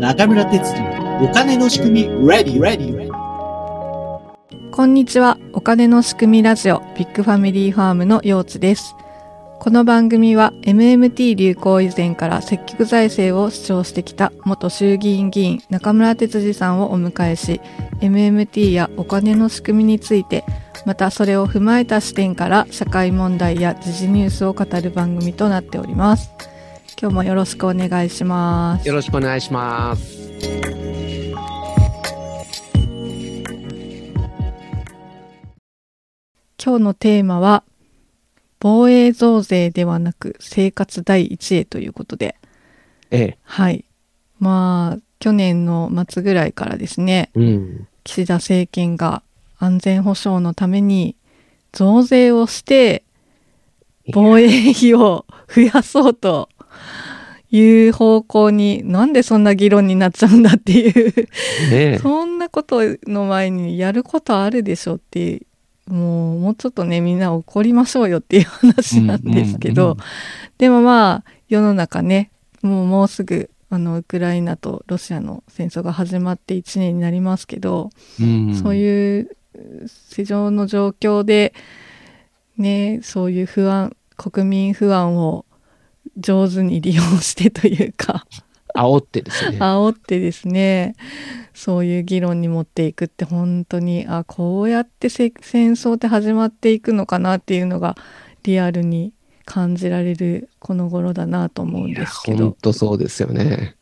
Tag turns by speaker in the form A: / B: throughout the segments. A: 中村哲次のお金の仕組み Ready Ready
B: こんにちは。お金の仕組みラジオビッグファミリーファームのようちです。この番組は MMT 流行以前から積極財政を主張してきた元衆議院議員中村哲司さんをお迎えし、MMT やお金の仕組みについて、またそれを踏まえた視点から社会問題や時事ニュースを語る番組となっております。今日もよろしくお願いします。
C: よろしくお願いします。
B: 今日のテーマは防衛増税ではなく生活第一へということで
C: ええ。
B: はいまあ去年の末ぐらいからですね
C: うん。
B: 岸田政権が安全保障のために増税をして防衛費を増やそうという方向になんでそんな議論になっちゃうんだっていう
C: ねえ。
B: そんなことの前にやることあるでしょってもうもうちょっとねみんな怒りましょうよっていう話なんですけど、
A: うんうんうん
B: でもまあ世の中ねもうもうすぐあのウクライナとロシアの戦争が始まって1年になりますけど、
A: うん
B: そう
A: う
B: いう世情の状況でねそういう不安国民不安を上手に利用してというか
C: 煽ってですね。
B: 煽ってですねそういう議論に持っていくって本当にあこうやってせ戦争って始まっていくのかなっていうのがリアルに感じられるこの頃だなと思うん
C: い
B: で
C: や、
B: すけ
C: ほ
B: ど
C: ん。とそうですよね。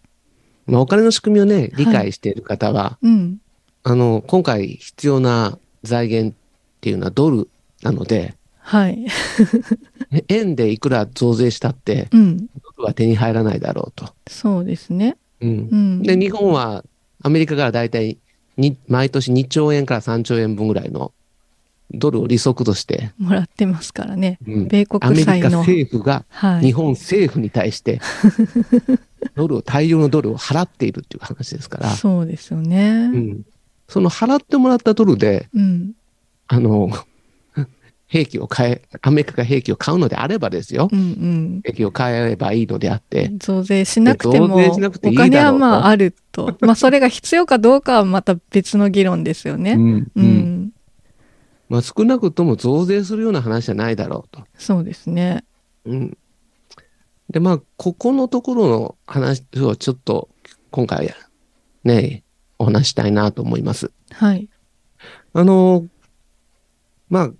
C: まあ、お金の仕組みをね、理解している方は、
B: うん、
C: あの、今回必要な財源っていうのはドルなので、
B: はい、
C: ね円でいくら増税したって、
B: うん、
C: ドルは手に入らないだろうと。
B: そうですね。
C: うん
B: う。ん、
C: で、日本はアメリカからだいたい毎年2兆円から3兆円分ぐらいのドルを利息として、
B: もらってますからね。
C: うん
B: 米
C: アメ
B: 国
C: リ
B: 債
C: カ
B: の、
C: 政府が
B: は
C: 日
B: い、
C: 本政府に対して ドルを大量のドルを払っているっていう話ですから、
B: そうですよね。
C: う
B: うん、
C: ん、その払ってもらったドルで
B: うん、
C: あの兵器を買えアメリカが兵器を買うのであればですよ、
B: うん、
C: 兵器を買えればいいのであって、
B: 増税しなくても
C: 増税しなくてい
B: お
C: いだろうと
B: 金はまああると、 まあそれが必要かどうかはまた別の議論ですよね。
A: ん
B: う
A: うん
B: ん、
C: まあ、少なくとも増税するような話じゃないだろうと。
B: そうですね。
C: うん、でまあここのところの話をちょっと今回ねお話したいなと思います。
B: はい。
C: あの、まあ、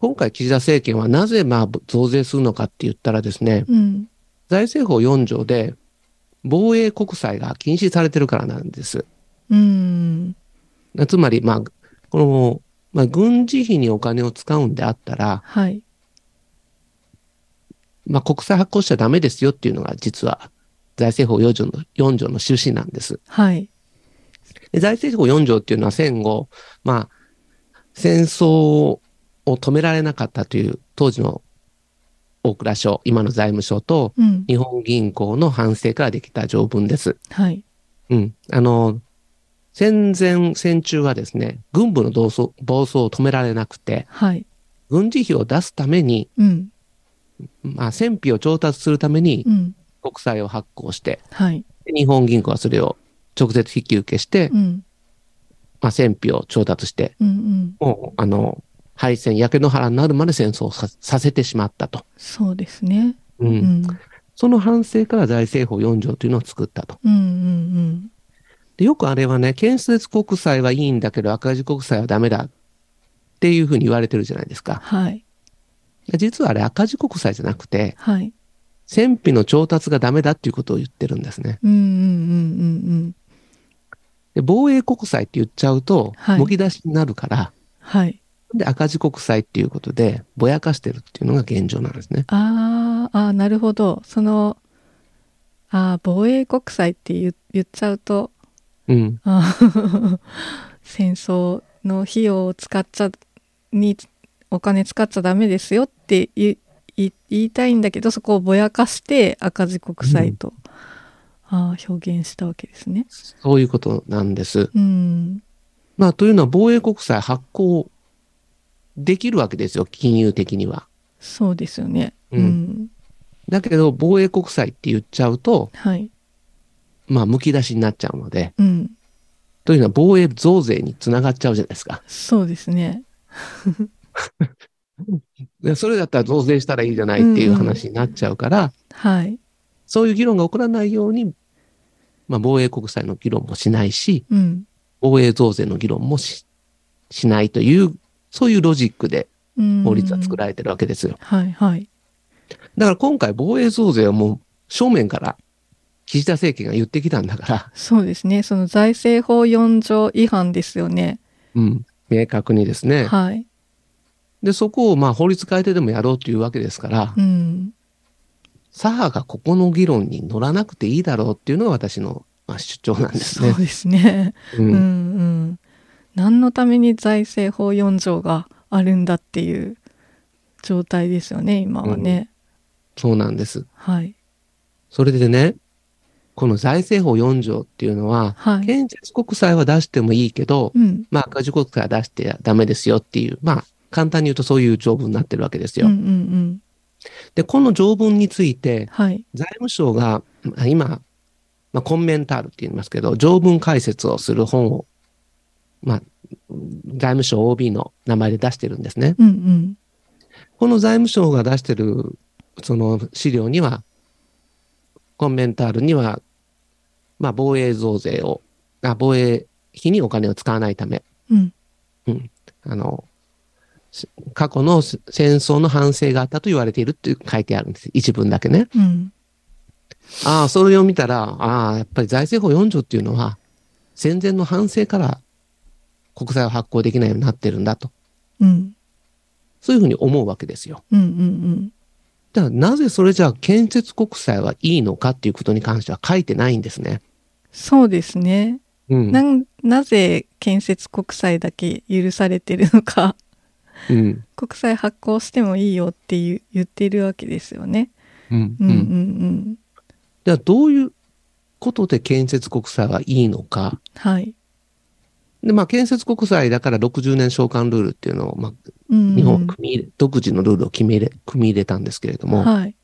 C: 今回岸田政権はなぜまあ増税するのかって言ったらですね、
B: うん。
C: 財政法4条で防衛国債が禁止されてるからなんです。
B: うん。
C: つまり、まあ、この、まあ、軍事費にお金を使うんであったら、
B: はい。
C: まあ、国債発行しちゃダメですよっていうのが実は財政法4条の4条の趣旨なんです。
B: はい。
C: で財政法4条っていうのは戦後、まあ、戦争を止められなかったという当時の大蔵省、今の財務省と
B: うん。
C: 日本銀行の反省からできた条文です。
B: はい。
C: うん。あの、戦前、戦中はですね、軍部の暴走暴走を止められなくて、
B: はい。
C: 軍事費を出すために、
B: うん。
C: まあ、戦費を調達するために
B: うん。
C: 国債を発行して、
B: はい。
C: で日本銀行はそれを直接引き受けして
B: う、ん。
C: まあ、戦費を調達して、
B: うん。うん。
C: もう、あの、敗戦、焼け野原になるまで戦争をささせてしまったと。
B: そうですね。
C: うん
B: うん。
C: その反省から財政法4条というのを作ったと。
B: うん。うん。
C: でよくあれはね、建設国債はいいんだけど赤字国債はダメだっていうふうに言われてるじゃないですか。
B: はい。
C: 実はあれ赤字国債じゃなくて、
B: はい。
C: 戦費の調達がダメだっていうことを言ってるんですね。
B: うん。うん。うん。うん。うん。
C: で防衛国債って言っちゃうと、
B: はい
C: むき出しになるから、
B: はい。
C: で赤字国債っていうことで、ぼやかしてるっていうのが現状なんですね。
B: あーあー、なるほど。その、ああ、防衛国債って言言っちゃうと、
C: うん。
B: あー 戦争の費用を使っちゃにお金使っちゃダメですよって言い言言いたいんだけどそこをぼやかして赤字国債と、あー表現したわけですね。
C: そういうことなんです。
B: うん、
C: まあ、というのは防衛国債発行できるわけですよ、金融的には。
B: そうですよね。
C: うんだけど、防衛国債って言っちゃうと、
B: はい。
C: まあ、むき出しになっちゃうので、
B: うん。
C: というのは防衛増税につながっちゃうじゃないですか。
B: そうですね。
C: でそれだったら増税したらいいじゃないっていう話になっちゃうから、
B: はい。
C: そういう議論が起こらないように、まあ、防衛国債の議論もしないし、
B: うん。
C: 防衛増税の議論もししないという、そういうロジックで
B: うん
C: 法律は作られてるわけですよ。
B: はいはい。
C: だから今回防衛増税はもう正面から岸田政権が言ってきたんだから、
B: そうですね。その財政法4条違反ですよね。
C: うん、明確にですね。
B: はい。
C: で、そこをまあ法律変えてでもやろうというわけですから、
B: うん。
C: 左派がここの議論に乗らなくていいだろうっていうのが私のまあ主張なんです
B: そ
C: ね
B: う。ですね。
C: う
B: うんんうん。何のために財政法4条があるんだっていう状態ですよね、今はね。
C: そうなんです。
B: はい。
C: それでね、この財政法4条っていうのは、
B: はい。
C: 建設国債は出してもいいけど、
B: うん。
C: まあ赤字国債は出してはダメですよっていう、まあ簡単に言うとそういう条文になってるわけです
B: うんう
C: よ。
B: んうん。
C: で、この条文について、
B: はい。
C: 財務省がまあ今、まあ、コンメンタールって言いますけど、条文解説をする本を、まあ、財務省 OB の名前で出してるんですね。
B: うんうん。
C: この財務省が出してるその資料には、コンメンタールには、まあ、防衛増税をあ、防衛費にお金を使わないため、
B: うん。
C: あの、し過去の戦争の反省があったと言われているって書いてあるんです。一文だけね。
B: うん。
C: ああ、それを見たら、ああ、やっぱり財政法4条っていうのは、戦前の反省から国債を発行できないようになってるんだと。
B: うん。
C: そういうふうに思うわけですよ。
B: うんうんうん。
C: だからなぜそれじゃあ建設国債はいいのかっていうことに関しては書いてないんですね。
B: そうですね。
C: うん。
B: なんなぜ建設国債だけ許されてるのか
C: うん。
B: 国債発行してもいいよっていう言ってるわけですよね。
C: うん。う。
B: うんうんうんん。
C: じゃあどういうことで建設国債はいいのか。
B: はい。
C: で、まあ建設国債だから60年償還ルールっていうのを、まあ
B: うんうん、
C: 日本は組み入れ、独自のルールを決め入れ、組み入れたんですけれども、
B: はい。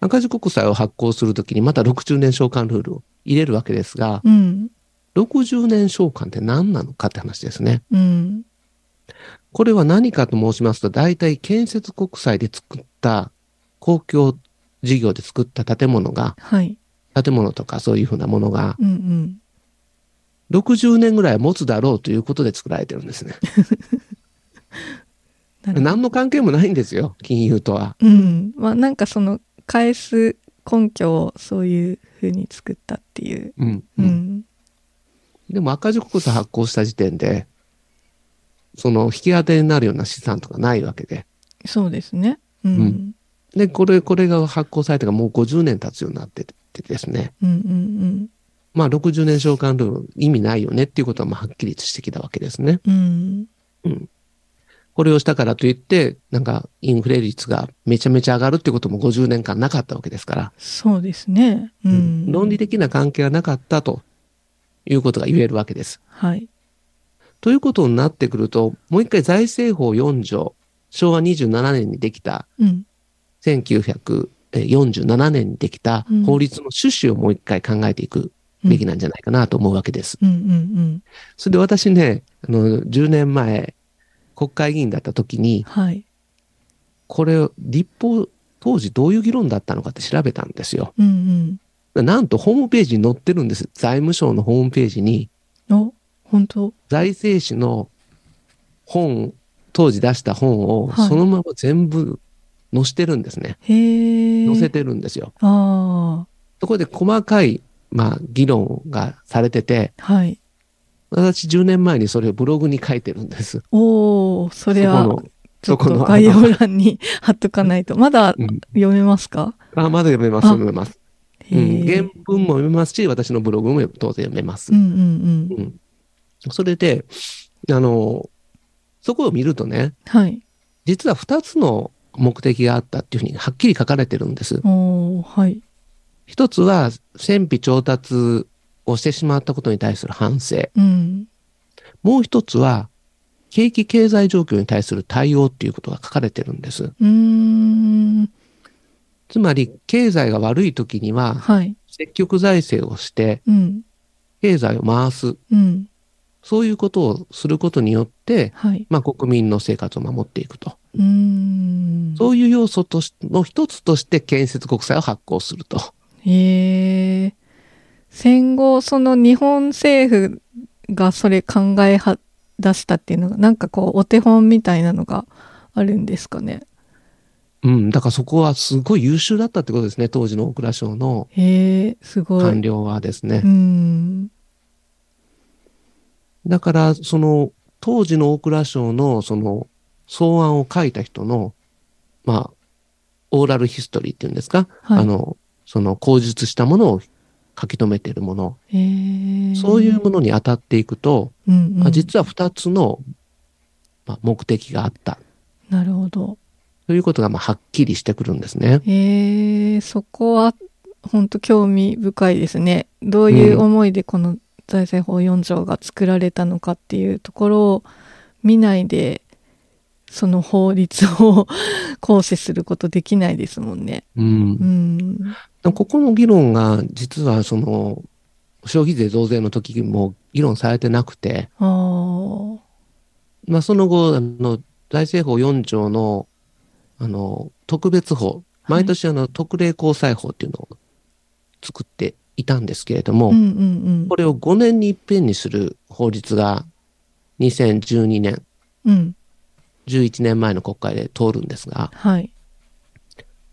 C: 赤字国債を発行するときにまた60年償還ルールを入れるわけですが、
B: うん。
C: 60年償還って何なのかって話ですね。
B: うん。
C: これは何かと申しますと、大体建設国債で作った公共事業で作った建物が、
B: はい。
C: 建物とかそういうふうなものが
B: うんうん。
C: 60年ぐらい持つだろうということで作られてるんですね。
B: なるほど
C: 何の関係もないんですよ、金融とは。
B: うん。まあなんかその返す根拠をそういうふうに作ったっていう。
C: うん。
B: うん。
C: でも赤字国債発行した時点で、その引き当てになるような資産とかないわけで。
B: そうですね。う。
C: うんで、これ、これが発行されてからもう50年経つようになっててですね。
B: うんうん
C: まあ60年償還ルール意味ないよねっていうことはまあはっきりしてきたわけですね。
B: うん。うん。
C: これをしたからといって、なんかインフレ率がめちゃめちゃ上がるってことも50年間なかったわけですから、
B: そうですね。うん。
C: 論理的な関係はなかったということが言えるわけです。
B: はい。
C: ということになってくると、もう一回財政法4条、昭和27年にできた、
B: うん。
C: 1947年にできた
B: うん
C: 法律の趣旨をもう一回考えていくべきなんじゃないかなと思うわけです。
B: うんうんうん。
C: それで私ね、あの、10年前、国会議員だった時に、
B: はい。
C: これを立法、当時どういう議論だったのかって調べたんですよ。
B: うん
C: なんとホームページに載ってるんです。財務省のホームページに、
B: うん。お、本当
C: 財政史の本、当時出した本を
B: はい
C: そのまま全部載してるんですね。
B: へえ。
C: 載せてるんですよ。
B: あ
C: そこで細かい、まあ、議論がされてて、
B: あ、はい。
C: 私10年前にそれをブログに書いてるんです。
B: おお、それは
C: そこの、
B: ちょっ
C: そことの
B: 概要欄に 貼っとかないと。まだ
C: うん
B: 読めますか、
C: あ、まだ読めます、
B: あ
C: 読めます。う
B: へ
C: ん、
B: え
C: 原文も読めますし、私のブログも当然読めます
B: うん。うんうん。
C: それで、あの、そこを見るとね、
B: はい。
C: 実は2つの目的があったっていうふうにはっきり書かれてるんです。
B: おおはい。
C: 一つは、戦費調達をしてしまったことに対する反省。
B: うん。
C: もう一つは、景気経済状況に対する対応っていうことが書かれてるんです。
B: うーん。
C: つまり、経済が悪い時には、
B: はい。
C: 積極財政をして、
B: うん。
C: 経済を回す。
B: うん。
C: そういうことをすることによって、
B: はい。
C: まあ、国民の生活を守っていくと。
B: うーん。
C: そういう要素としの一つとして、建設国債を発行すると。
B: へえ。戦後、その日本政府がそれ考えは出したっていうのが、なんかこう、お手本みたいなのがあるんですかね。
C: うん、だからそこはすごい優秀だったってことですね、当時の大蔵省の
B: へえ、すご
C: 官
B: い。
C: 僚はですね
B: う。ん。
C: だから、その、当時の大蔵省の、その、草案を書いた人の、まあ、オーラルヒストリーっていうんですか、
B: はい
C: あの、その、口述したものを書き留めているもの、
B: へえ。
C: そういうものに当たっていくと、
B: うん、うん。
C: まあ、実は二つの、まあ、目的があった
B: なるほど。
C: ということが、まあ、はっきりしてくるんですね。
B: へえ、そこは本当興味深いですね。どういう思いでこの財政法4条が作られたのかっていうところを見ないで、その法律を 行使することできないですもんね。
C: うん
B: う。
C: こ
B: ん。
C: この議論が、実は、その、消費税増税の時も議論されてなくて、
B: ああ。
C: まあ、その後あの財政法4条のあの特別法毎年あの特例交際法っていうのを作っていたんですけれども、
B: うんうん
C: これを5年に一遍にする法律が2012年
B: うん。うん。
C: 11年前の国会で通るんですが
B: はい。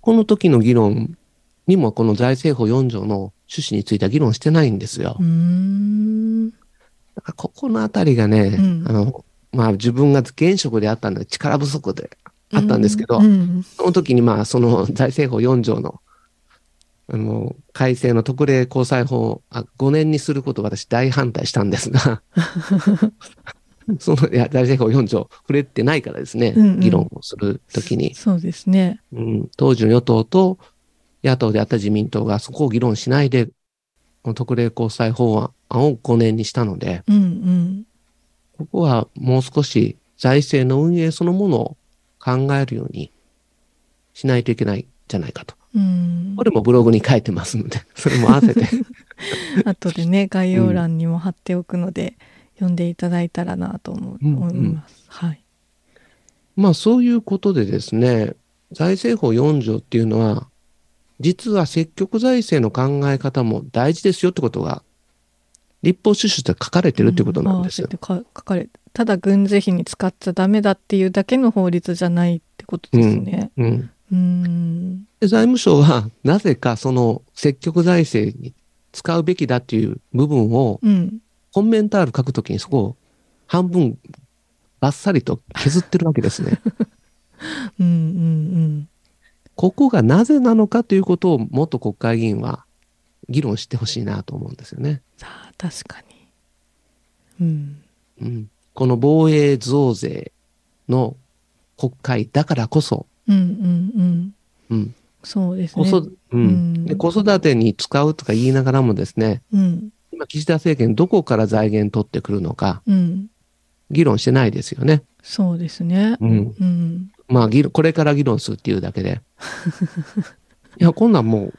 C: この時の議論にもこの財政法4条の趣旨については議論してないんですよ
B: うー。ん。
C: だからここのあたりがね、
B: うん
C: あのまあ、自分が現職であったので力不足であったんですけど、
B: うん。
C: その時にまあその財政法4条のあの改正の特例交際法あ5年にすることを私大反対したんです がそのいや財政法4条触れてないからですね、
B: うんうん
C: 議論をする時に、
B: そうですね。
C: うん、当時の与党と野党であった自民党がそこを議論しないでこの特例交際法案を5年にしたので
B: うんうん。
C: ここはもう少し財政の運営そのものを考えるようにしないといけないんじゃないかと。
B: うん
C: こ。れもブログに書いてますので、 それも合わせて。
B: 後でね概要欄にも貼っておくので、読んでいただいたらなと思う、
C: うんうん
B: 思います。はい。
C: まあそういうことでですね、財政法4条っていうのは、実は積極財政の考え方も大事ですよってことが、立法趣旨で書かれてるってことなんですよ。
B: うん合わせてか書かれただ軍事費に使っちゃダメだっていうだけの法律じゃないってことですね。
C: うん
B: うん。
C: で財務省は、 なぜかその積極財政に使うべきだっていう部分を、
B: うん。
C: コンメンタール書くときにそこを半分バッサリと削ってるわけです ね。
B: うんうんうん。
C: ここがなぜなのかということを元国会議員は議論してほしいなと思うんですよね。
B: さあ確かに。うん。
C: うん、この防衛増税の国会だからこそ、
B: うんうんうん。
C: うん
B: そうです
C: 子
B: ね。
C: 育う
B: うん
C: んで子育てに使うとか言いながらもですね、
B: うん
C: 今岸田政権どこから財源取ってくるのか
B: うん。
C: 議論してないですよね。
B: そうですね。
C: うん、
B: うん。
C: まあ議論これから議論するっていうだけ で。いや、こんなんもう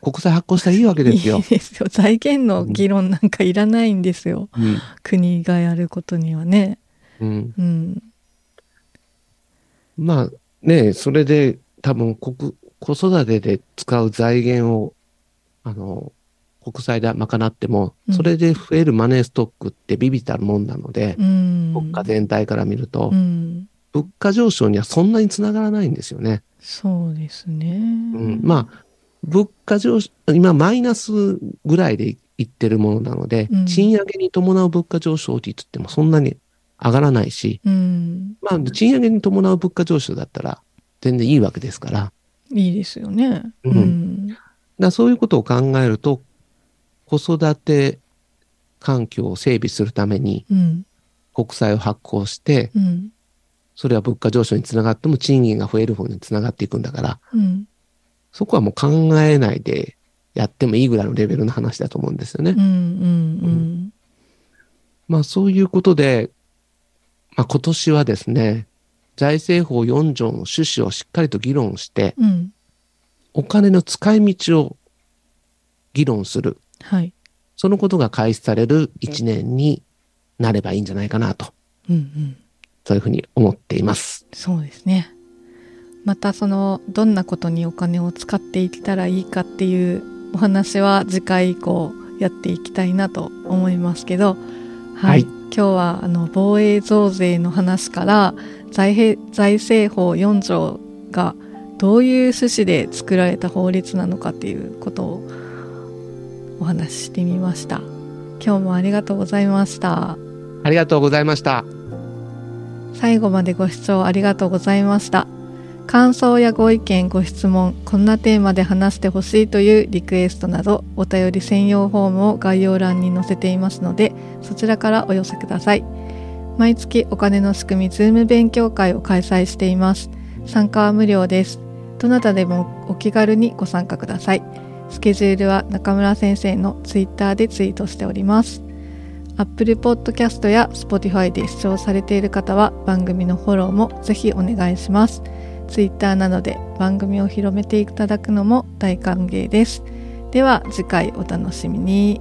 C: 国債発行したらいいわけです
B: い
C: よ
B: い。ですよ。財源の議論なんかいらないんですよ。
C: うん
B: 国がやることにはね。
C: うん
B: うん、
C: まあね、それで多分国、子育てで使う財源を、あの、国債で賄っても
B: う、ん
C: それで増えるマネーストックってビビたるもんなので、
B: うん、
C: 国家全体から見ると
B: う、ん、
C: 物価上昇にはそんなにつながらないんですよね。
B: そうですね、
C: うん、まあ、物価上昇、今マイナスぐらいでいってるものなので
B: うん、
C: 賃上げに伴う物価上昇率ってもそんなに上がらないし、
B: うん、
C: まあ、賃上げに伴う物価上昇だったら全然いいわけですから、
B: いいですよね、
C: うん
B: ん
C: だからそういうことを考えると、子育て環境を整備するために
B: うん
C: 国債を発行して、
B: うん
C: それは物価上昇につながっても賃金が増える方につながっていくんだから、
B: うん
C: そこはもう考えないでやってもいいぐらいのレベルの話だと思うんですよね。
B: うんうん
C: まあそういうことで、まあ今年はですね、財政法4条の趣旨をしっかりと議論して、
B: うんうん
C: お金の使い道を議論する。
B: はい。
C: そのことが開始される1年になればいいんじゃないかなと、
B: うんうん。
C: そういうふうに思っています。
B: そうですね。またそのどんなことにお金を使っていけたらいいかっていうお話は次回以降やっていきたいなと思いますけど、はい。
C: はい
B: 今日はあの防衛増税の話から財兵財政法4条がどういう趣旨で作られた法律なのかっていうことをお話ししてみました。今日もありがとうございました。
C: ありがとうございました。
B: 最後までご視聴ありがとうございました。感想やご意見、ご質問、こんなテーマで話してほしいというリクエストなど、お便り専用フォームを概要欄に載せていますので、そちらからお寄せください。毎月お金の仕組み、ズーム勉強会を開催しています。参加は無料です。どなたでもお気軽にご参加ください。スケジュールは中村先生のツイッターでツイートしております。Apple Podcast や Spotify で視聴されている方は番組のフォローもぜひお願いします。Twitter などで番組を広めていただくのも大歓迎です。では次回お楽しみに。